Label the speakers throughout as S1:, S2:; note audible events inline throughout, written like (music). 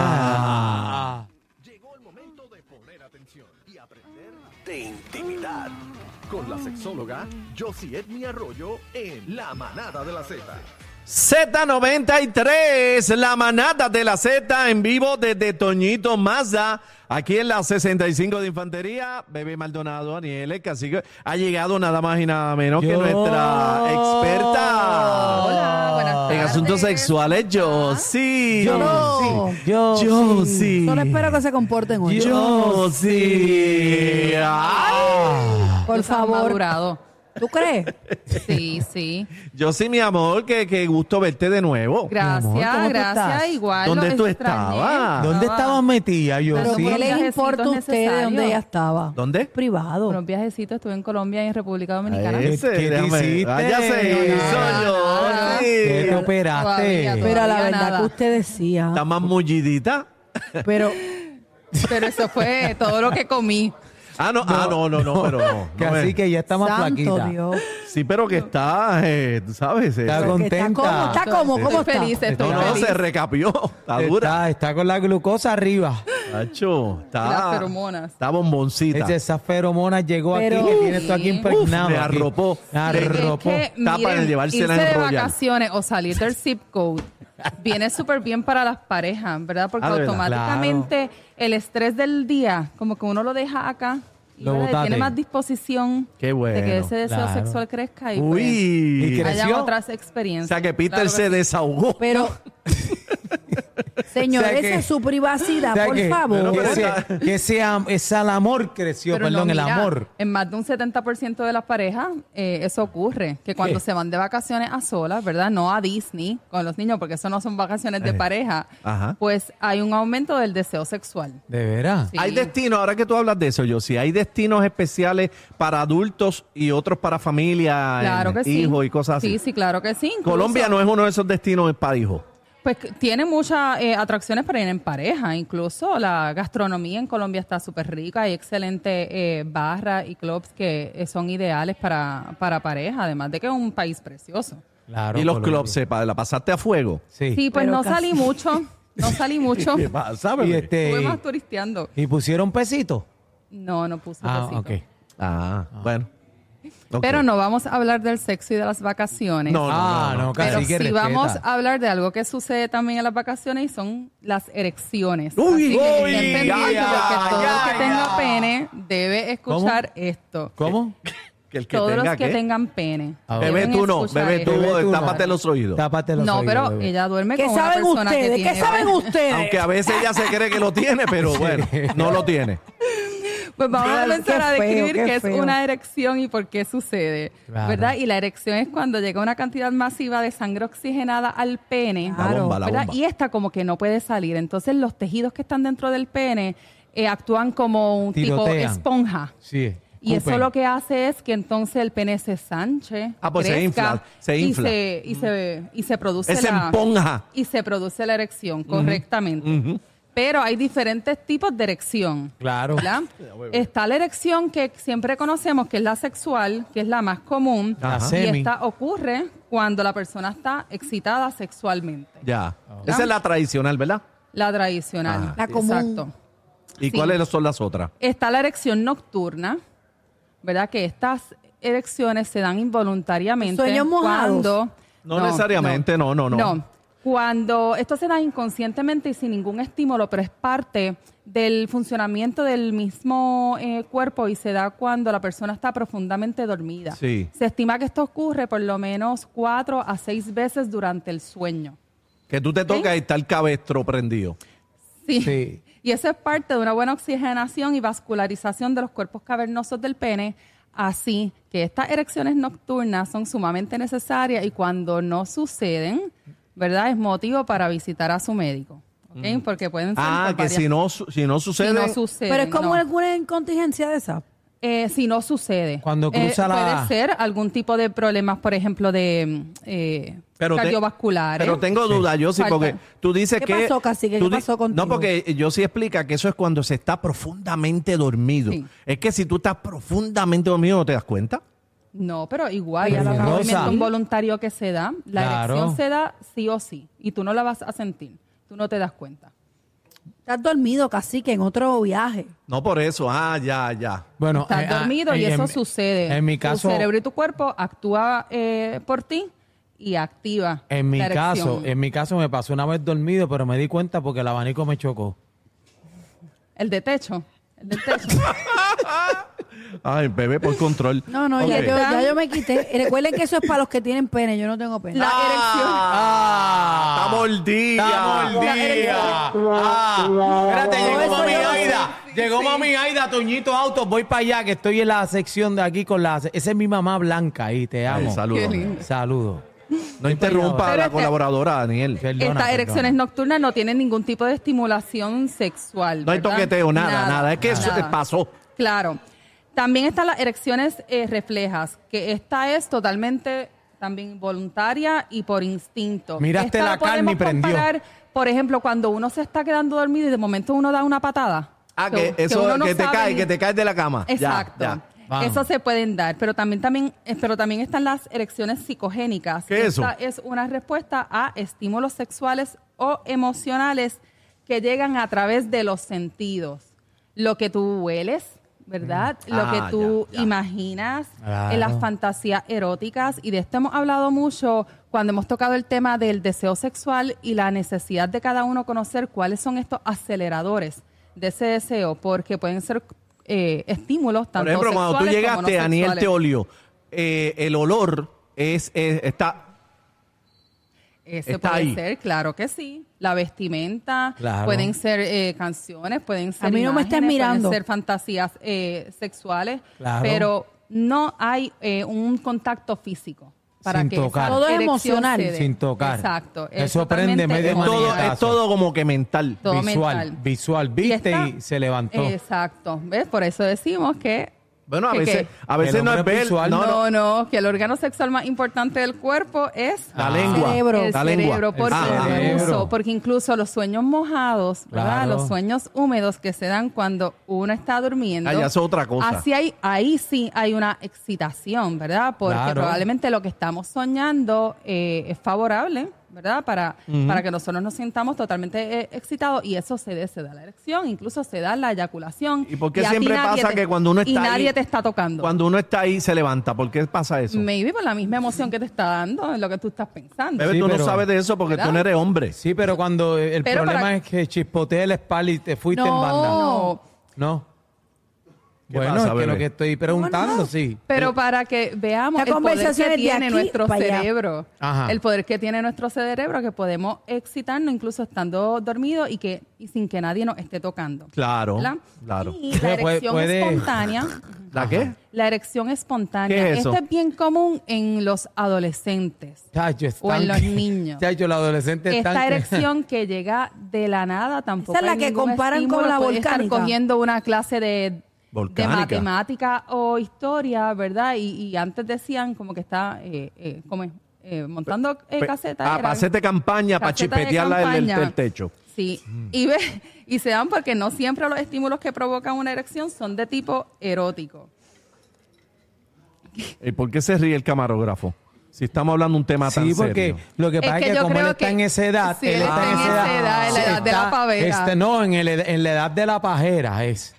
S1: Nia.
S2: Llegó el momento de poner atención y aprender de intimidad. Con la sexóloga Josie Edmi Arroyo en La Manada de la Z.
S1: Z93, la manada de la Z en vivo desde Toñito Mazda, aquí en la 65 de Infantería, Bebé Maldonado, Daniel Cacique, ha llegado nada más y nada menos que
S3: Yo.
S1: nuestra experta
S4: Hola, buenas
S1: en
S4: tardes.
S1: asuntos sexuales, yo sí.
S3: Yo sí. Yo
S1: Yo
S3: sí.
S1: sí.
S4: Solo espero que se comporten hoy.
S1: Yo sí. Ah.
S4: Por
S5: Estás
S4: favor.
S5: madurado.
S4: ¿Tú
S1: (laughs)
S4: crees?
S5: (laughs) Sí, sí.
S1: Yo sí, mi amor, que, que gusto verte de nuevo.
S5: Gracias,
S3: amor, ¿cómo tú estás?
S5: gracias. Igual.
S1: ¿Dónde
S5: lo
S1: tú
S5: extrañé.
S1: estabas?
S3: ¿Dónde estabas metida, yo
S5: Ah, Pero
S4: ¿Pero
S3: sí?
S4: qué les
S5: Viajecitos
S4: importa a ustedes
S5: necesarios.
S4: dónde ella estaba?
S1: ¿Dónde?
S4: Privado.
S5: Por un viajecito estuve en Colombia y en República Dominicana.
S3: Ay,
S1: Ese,
S3: ¿Qué te
S1: déjame-
S3: hiciste?
S1: Ah, ya se
S3: No,
S1: hizo
S5: nada,
S1: yo.
S5: nada.
S1: sí.
S3: ¿Qué te
S5: Todavía,
S3: operaste?
S5: todavía.
S4: pero la
S5: Todavía
S4: verdad
S5: nada.
S4: que usted decía.
S1: Eh. Está más mullidita.
S4: Pero
S5: Pero eso fue todo lo que comí.
S1: Ah, no, ah, no, no, no, pero no.
S3: Que
S1: no
S3: así
S1: es.
S3: que ya está más
S4: santo
S3: flaquita.
S4: Dios.
S1: Sí, pero que está, eh, tú sabes. eh,
S3: Está
S1: no,
S3: con-
S4: Que Está
S3: Contenta.
S4: como,
S5: Ah,
S4: está como, ¿cómo
S5: estoy
S4: está?
S5: feliz, estoy
S1: no,
S5: feliz.
S1: se recapió. Está dura.
S3: Está, está con la glucosa arriba.
S1: Tacho, está.
S5: Las feromonas.
S1: Está bomboncita.
S3: Esa, esa feromona llegó
S4: Pero-
S3: aquí, que tiene esto aquí
S5: Uf,
S3: impregnado.
S1: me
S3: aquí.
S1: arropó.
S3: Me arropó.
S5: Es que,
S1: Está para
S5: miren,
S1: llevársela
S5: irse de
S1: enrollada.
S5: vacaciones o salir
S1: (laughs)
S5: del zip code viene súper bien para las parejas, ¿verdad? Porque
S1: Ah, de verdad.
S5: automáticamente el estrés del día, como que uno lo deja acá, y
S3: Lo
S5: ¿verdad?
S3: botaste.
S5: tiene más disposición
S1: Qué bueno,
S5: de que ese deseo
S3: claro.
S5: sexual crezca y pues,
S1: Uy.
S3: Y que-
S5: hayan
S3: ¿Creció?
S5: otras
S1: O
S5: experiencias.
S1: sea, que Peter
S5: Claro Pues
S1: se desahogó.
S4: Pero, (laughs) señor,
S3: O sea que-
S4: esa es su
S3: O
S4: privacidad,
S3: sea
S4: por
S3: que-
S4: favor.
S3: Que,
S1: pero
S3: ese,
S1: está-
S3: que ese am- ese al amor creció,
S5: Pero
S3: perdón,
S5: no,
S3: el
S5: mira,
S3: amor.
S5: En más de un 70% de las parejas eh, eso ocurre, que cuando
S3: ¿Qué?
S5: se van de vacaciones a solas, ¿verdad? No a Disney con los niños, porque eso no son vacaciones de
S1: Eh,
S5: pareja,
S1: ajá.
S5: pues hay un aumento del deseo sexual.
S3: De veras.
S5: Sí.
S1: Hay destinos, ahora que tú hablas de eso, yo sí, hay destinos especiales para adultos y otros para familia,
S5: Claro
S1: eh,
S5: que sí.
S1: hijos y cosas así.
S5: Sí, sí, claro que sí. incluso,
S1: Colombia no es uno de esos destinos para hijos.
S5: Pues que tiene muchas eh, atracciones para ir en pareja. Incluso la gastronomía en Colombia está súper rica. Hay excelentes eh, barras y clubs que eh, son ideales para, para pareja, además de que es un país precioso.
S3: Claro,
S1: y los
S3: Colombia.
S1: clubs, eh. se pa- la pasaste a fuego.
S3: Sí.
S5: Sí, pues
S4: Pero
S5: no
S4: casi.
S5: salí mucho. No
S1: (laughs)
S5: salí mucho.
S1: ¿Qué pasa,
S3: Y,
S1: bebé?
S5: Estuve
S3: este,
S5: más turisteando.
S3: y pusieron pesito.
S5: No, no puse
S3: Ah,
S5: pesito.
S3: ok.
S1: Ah, bueno. Ok.
S5: Pero no vamos a hablar del sexo y de las vacaciones.
S1: No,
S3: ah,
S1: no,
S3: no,
S1: no.
S5: Pero
S3: casi
S5: sí
S3: que respeta.
S5: vamos a hablar de algo que sucede también en las vacaciones y son las erecciones.
S1: Uy,
S5: Así que
S1: uy,
S5: estén pendientes
S1: ya,
S5: porque todo
S1: ya,
S5: el que tenga
S1: ya.
S5: pene debe escuchar esto.
S3: ¿Cómo?
S1: Que el que
S5: Todos
S1: tenga
S5: los que
S1: ¿qué?
S5: tengan pene.
S3: Ah,
S5: deben
S1: Bebé, tú no,
S5: escuchar
S1: bebé, tú,
S5: esto.
S3: Bebé, tú no.
S1: tápate los oídos.
S3: Tápate los
S5: No,
S3: oídos,
S5: pero
S3: bebé.
S5: ella duerme
S4: ¿Qué
S5: con una
S4: saben
S5: persona que
S4: ustedes?
S5: tiene
S4: ¿Qué saben ustedes?
S1: Aunque a veces ella se cree que lo tiene, pero bueno, no lo tiene.
S5: Pues vamos a
S4: Claro,
S5: comenzar
S4: qué
S5: a describir
S4: feo, qué
S5: qué es
S4: feo.
S5: una erección y por qué sucede,
S3: Claro.
S5: ¿verdad? Y la erección es cuando llega una cantidad masiva de sangre oxigenada al pene,
S1: La bomba, la
S5: ¿verdad?
S1: bomba.
S5: Y esta como que no puede salir. Entonces los tejidos que están dentro del pene eh, actúan como un tipo
S3: Tirotean.
S5: esponja.
S3: Sí.
S5: Y eso
S3: Cupen.
S5: lo que hace es que entonces el pene se sanche,
S1: Ah, pues se
S5: crezca,
S1: infla, se infla.
S5: Y se, y se, y se produce
S1: Es
S5: la...
S1: emponja.
S5: Y se produce la erección, correctamente.
S1: ujú.
S5: Pero hay diferentes tipos de erección.
S3: Claro.
S5: ¿verdad?
S4: Oh,
S5: Está la erección que siempre conocemos, que es la sexual, que es la más común.
S3: La
S1: Ajá.
S3: semi.
S5: Y esta ocurre cuando la persona está excitada sexualmente.
S1: Ya.
S5: Ah.
S1: Esa es la tradicional, ¿verdad?
S5: La tradicional.
S1: Ah.
S4: La común.
S5: Exacto.
S1: ¿Y
S5: Sí.
S1: cuáles son las otras?
S5: Está la erección nocturna, ¿verdad? Que estas erecciones se dan involuntariamente.
S4: Sueños mojados.
S5: Cuando,
S1: No necesariamente, no, no, no.
S5: Cuando esto se da inconscientemente y sin ningún estímulo, pero es parte del funcionamiento del mismo eh, cuerpo y se da cuando la persona está profundamente dormida.
S1: Sí.
S5: Se estima que esto ocurre por lo menos cuatro a seis veces durante el sueño.
S1: Que tú te tocas y está el cabestro prendido.
S5: Sí.
S3: Sí.
S5: Y eso es parte de una buena oxigenación y vascularización de los cuerpos cavernosos del pene. Así que estas erecciones nocturnas son sumamente necesarias y cuando no suceden, ¿verdad? Es motivo para visitar a su médico. ¿ok? Porque pueden ser.
S1: Ah,
S5: por
S1: que
S5: varias-
S1: si no, su- si no
S5: si
S1: sucede.
S5: no sucede.
S4: Pero es como alguna incontingencia de esa.
S5: si no sucede. Eh,
S3: Cuando cruza la-
S5: Puede ser algún tipo de problemas, por ejemplo, de eh,
S1: te-
S5: cardiovasculares.
S1: pero tengo duda, yo sí,
S5: ¿eh? Falta.
S1: porque tú dices
S4: ¿Qué
S1: que.
S4: pasó, Cacique?
S1: tú
S4: ¿Qué
S1: di-
S4: pasó contigo?
S1: No, porque yo sí explica que eso es cuando se está profundamente dormido.
S5: Sí.
S1: Es que si tú estás profundamente dormido, ¿no te das cuenta?
S5: No, pero igual,
S3: Pero
S5: es un
S3: Rosa.
S5: movimiento involuntario que se da, la
S3: Claro.
S5: erección se da sí o sí, y tú no la vas a sentir. Tú no te das cuenta.
S4: Estás dormido, cacique, en otro viaje.
S1: No por eso, ah, ya, ya.
S3: Bueno,
S5: Estás
S3: eh, ah,
S5: dormido y
S3: en-
S5: eso
S3: en-
S5: sucede.
S3: En mi
S5: Tu
S3: caso,
S5: cerebro y tu cuerpo actúa eh, por ti y activa.
S3: en mi
S5: la erección.
S3: caso, en mi caso me pasó una vez dormido, pero me di cuenta porque el abanico me chocó.
S5: El de techo. El
S3: (laughs)
S5: del techo.
S1: Ay, bebé, por control.
S4: No, no, ya,
S1: Ok.
S4: yo, ya yo me quité. Y Recuerden que eso es para los que tienen pene. Yo no tengo pene.
S5: La erección.
S3: ¡Ah!
S1: Está mordida.
S3: ¡Está mordida! ¡Ah! Espérate,
S4: No,
S3: llegó
S4: eso
S3: mami
S4: yo no sé.
S3: Aida. Llegó mami Aida, Toñito Autos. Voy para allá, que estoy en la sección de aquí con la... Esa es mi mamá blanca ahí, te
S1: Ay,
S3: amo.
S1: saludos.
S5: Qué lindo.
S3: Saludo.
S1: No interrumpa a
S5: Pero
S1: la
S5: este-
S1: colaboradora, Daniel.
S3: Perdona,
S5: Estas
S3: perdona.
S5: erecciones nocturnas no tienen ningún tipo de estimulación sexual.
S1: No hay
S5: ¿verdad?
S1: toqueteo, nada, nada. Es que eso te
S5: nada.
S1: pasó.
S5: Claro. También están las erecciones eh, reflejas, que esta es totalmente también voluntaria y por instinto.
S3: Miraste
S5: Esta
S3: la
S5: la podemos
S3: carne y prendió.
S5: comparar, Por ejemplo, cuando uno se está quedando dormido y de momento uno da una patada.
S1: Ah, que, eso,
S5: uno no
S1: que te
S5: sabe
S1: cae,
S5: ni-
S1: que te caes de la cama. Ya,
S5: Exacto.
S1: ya.
S3: Vamos.
S5: Eso se pueden dar, pero también, también, eh, pero también están las erecciones psicogénicas.
S1: ¿Qué es
S5: Esta
S1: eso?
S5: es una respuesta a estímulos sexuales o emocionales que llegan a través de los sentidos. Lo que tú hueles, ¿verdad? Lo
S1: Ah,
S5: que tú
S1: ya, ya.
S5: imaginas,
S3: Claro.
S5: eh, las fantasías eróticas. Y de esto hemos hablado mucho cuando hemos tocado el tema del deseo sexual y la necesidad de cada uno conocer cuáles son estos aceleradores de ese deseo, porque pueden ser eh, estímulos tanto
S1: Por ejemplo, cuando tú
S5: sexuales como
S1: llegaste,
S5: no
S1: Daniel
S5: sexuales.
S1: te olió. Eh, el olor es, es- está.
S5: Ese
S1: está
S5: puede
S1: ahí.
S5: ser, claro que sí. La vestimenta,
S3: Claro.
S5: pueden ser eh, canciones, pueden ser.
S4: A mí no me estés
S5: imágenes,
S4: mirando.
S5: Pueden ser fantasías eh, sexuales,
S3: Claro.
S5: pero no hay eh, un contacto físico. Para
S3: Sin
S5: que
S3: tocar.
S5: esa
S4: Todo es
S5: erección
S4: emocional.
S5: se dé.
S3: Sin tocar.
S5: Exacto. es
S3: Eso prende
S5: totalmente
S3: medio
S1: Es todo,
S5: emocional.
S3: manietazo.
S1: es todo como que mental.
S5: Todo
S3: visual,
S5: mental. eh,
S3: visual. Viste
S5: esta-
S3: y, se levantó.
S5: Exacto. ¿Ves? Por eso decimos que.
S1: Bueno, a
S5: que-
S1: veces,
S5: que-
S1: a veces
S3: El
S1: no es
S3: hombre Ah.
S1: ver.
S3: visual.
S1: No,
S5: no,
S1: no.
S5: no, que el órgano sexual más importante del cuerpo es
S1: La
S3: Ah.
S1: lengua.
S4: Cerebro.
S5: el
S1: La lengua.
S5: cerebro, porque,
S1: Ah,
S3: el cerebro.
S5: incluso, porque incluso los sueños mojados, ¿verdad?
S3: Claro.
S5: los sueños húmedos que se dan cuando uno está durmiendo.
S1: Ah, ya eso es otra cosa.
S5: Así hay, ahí sí hay una excitación, ¿verdad? Porque
S3: Claro.
S5: probablemente lo que estamos soñando eh, es favorable, ¿verdad? Para, para que nosotros nos sintamos totalmente eh, excitados y eso se, dé- se da la erección, incluso se da la eyaculación.
S1: ¿Y por qué
S5: a ti
S1: siempre
S5: nadie
S1: pasa
S5: te-
S1: que cuando uno
S5: Y
S1: está ahí-
S5: nadie te está tocando.
S1: Cuando uno está ahí, se levanta. ¿Por qué pasa eso?
S5: Maybe por la misma emoción que te está dando, en lo que tú estás pensando.
S1: Bebé,
S3: Sí,
S1: tú no
S3: pero-
S1: sabes de eso porque tú no
S5: ¿Verdad?
S1: eres hombre.
S3: Sí, pero cuando eh, el
S5: Pero
S3: problema
S5: para-
S3: es que chispoteé la espalda y te fuiste en
S4: No.
S3: banda.
S5: No.
S3: No.
S1: ¿Qué
S3: Bueno,
S1: pasa,
S3: es que lo
S1: bebé?
S3: que estoy preguntando, sí.
S5: Pero para que veamos
S4: Eh, La
S5: el poder
S4: conversación
S5: que
S4: es de
S5: tiene
S4: aquí
S5: nuestro
S4: para allá.
S5: cerebro,
S3: Ajá.
S5: el poder que tiene nuestro cerebro, que podemos excitarnos incluso estando dormidos y que y sin que nadie nos esté tocando.
S1: Claro,
S5: ¿Verdad?
S1: claro. (laughs)
S5: Y la
S3: Pero puede-
S5: erección
S3: puede-
S5: espontánea.
S1: ¿La qué?
S5: La erección espontánea.
S1: ¿Qué es eso?
S5: Esta es bien común en los adolescentes.
S3: Chacho,
S5: O en
S3: están-
S5: los niños.
S3: Chacho, el adolescente están-
S5: Esta
S3: (laughs)
S1: (laughs)
S5: erección que llega de la nada tampoco.
S4: Esa es la
S5: hay
S4: que
S5: ningún
S4: comparan con
S5: estímulo,
S4: la
S5: puede estar
S4: volcánica.
S5: cogiendo una clase de, de
S1: Volcánica.
S5: matemática o historia, ¿verdad? Y, y antes decían como que está eh, eh, ¿cómo es? Eh, montando eh,
S1: Pe-
S5: caseta.
S1: ah,
S5: era-
S1: para hacerte campaña, para
S5: caseta de
S1: chipetearla del,
S5: campaña.
S1: del techo.
S5: Sí,
S1: Mm.
S5: y, ve, (laughs) y se dan porque no siempre los estímulos que provocan una erección son de tipo erótico.
S1: ¿Y Eh, por qué se ríe el camarógrafo? Si estamos hablando de un tema tan
S3: Sí, porque
S1: serio.
S3: lo que
S5: Es
S3: pasa es
S5: que
S3: que,
S5: yo
S3: como él
S5: creo
S3: está
S5: que-
S3: en esa edad,
S5: sí, él está en esa edad, en la edad de la
S3: está-
S5: pavera.
S3: este, no, en, el- en la edad de la pajera es.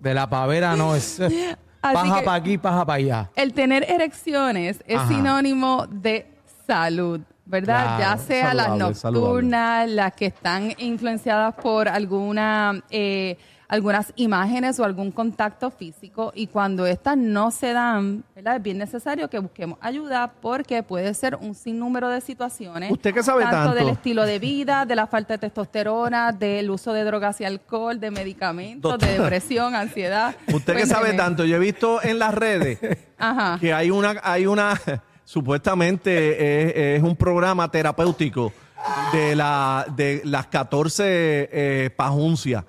S3: De la pavera no, es eh,
S5: Así
S3: paja
S5: que-
S3: para aquí, paja para allá.
S5: El tener erecciones es
S3: Ajá.
S5: sinónimo de salud, ¿verdad?
S3: Claro,
S5: ya sea las
S1: saludable, saludable.
S5: nocturnas, las que están influenciadas por alguna, eh, algunas imágenes o algún contacto físico. Y cuando estas no se dan, ¿verdad? Es bien necesario que busquemos ayuda porque puede ser un sinnúmero de situaciones.
S1: ¿Usted qué sabe tanto?
S5: del estilo de vida, de la falta de testosterona, del uso de drogas y alcohol, de medicamentos, de
S1: Doctora.
S5: depresión, ansiedad.
S1: Usted que sabe
S5: Cuénteme.
S1: tanto, yo he visto en las
S5: (laughs)
S1: redes
S5: Ajá.
S1: que hay una, hay una, (laughs) supuestamente es, es un programa terapéutico de la, de las 14 eh, pajuncias.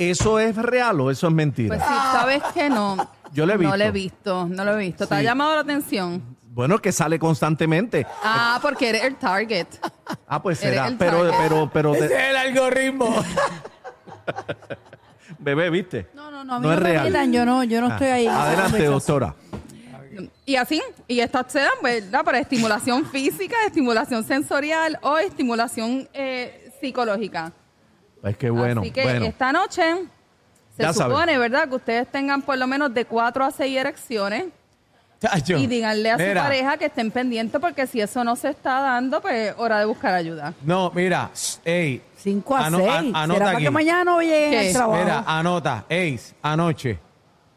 S1: ¿Eso es real o eso es mentira?
S5: Pues sí, sabes que no.
S1: (laughs) Yo lo he visto.
S5: No lo he visto, no lo he visto. ¿Te ha
S1: Sí.
S5: llamado la atención?
S1: Bueno, que sale constantemente.
S5: Ah, porque eres el target.
S1: Ah, pues
S5: Eres
S1: será.
S5: el
S1: Pero,
S5: target.
S1: pero, pero,
S3: Ese (laughs)
S1: te-
S3: es el
S5: (laughs)
S3: algoritmo.
S1: bebé, ¿viste?
S4: No, no, no. A mí
S1: No
S4: no,
S1: es
S4: me
S1: real.
S4: metan, Yo no, yo no
S1: Ah,
S4: estoy ahí.
S1: Adelante, doctora.
S5: Y así, y estas se dan, pues, ¿verdad? Para estimulación física, estimulación sensorial o estimulación eh, psicológica.
S1: Es que bueno,
S5: Así que
S1: bueno.
S5: esta noche se
S1: Ya saben.
S5: supone, ¿verdad? Que ustedes tengan por lo menos de 4 a 6 erecciones
S3: Chacho.
S5: y díganle a su
S3: Mira,
S5: pareja que estén pendientes porque si eso no se está dando, pues hora de buscar ayuda.
S3: No, mira, ey.
S4: 5 a
S3: ano-
S4: 6.
S3: an- anota
S4: ¿Será para
S3: aquí.
S4: que mañana no lleguen
S5: ¿Qué?
S4: al trabajo?
S3: Mira, anota, Ace, anoche.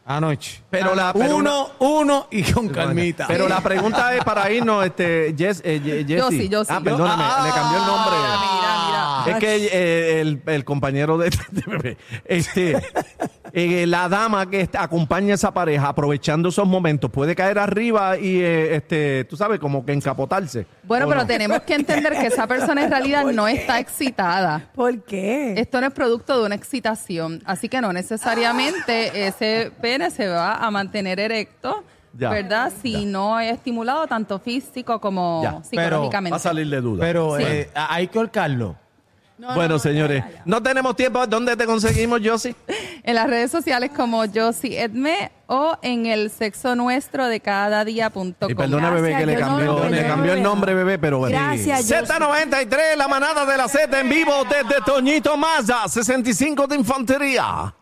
S3: Anoche.
S1: Pero la- pero
S3: uno, uno y con calmita.
S1: Pero la pregunta es para irnos, este, Jess, eh, Ye- Jessy.
S5: Yo sí, yo sí.
S1: Ah, perdóname,
S3: Ah,
S1: le cambió el nombre.
S5: mira,
S1: Es que eh, el, el compañero de, (laughs) de bebé, este, eh, la dama que est- acompaña a esa pareja aprovechando esos momentos puede caer arriba y, eh, este, tú sabes, como que encapotarse.
S5: Bueno,
S1: ¿o
S5: pero
S1: no?
S5: tenemos que entender que esa persona en realidad no está excitada.
S4: ¿Por qué?
S5: (laughs) Esto no es producto de una excitación, así que no
S1: Ah.
S5: necesariamente ese pene se va a mantener erecto,
S1: Ya,
S5: ¿verdad? Si no es estimulado tanto físico como
S1: Ya, pero
S5: psicológicamente.
S1: Va a salir de duda.
S3: Pero
S5: Sí.
S3: eh, hay que ahorcarlo.
S1: bueno, señores, no tenemos tiempo. ¿Dónde te conseguimos, Josie?
S5: En las redes sociales como Josie Edme o en el sexo nuestro de cada día.com.
S1: Y perdona, bebé, que le
S4: Gracias,
S1: cambió,
S4: yo no-
S1: le
S4: yo no
S1: cambió el
S4: veo.
S1: nombre, bebé, pero bueno.
S4: Gracias, yo-
S1: Z93, la manada de la Z en vivo desde Toñito Maza, 65 de Infantería.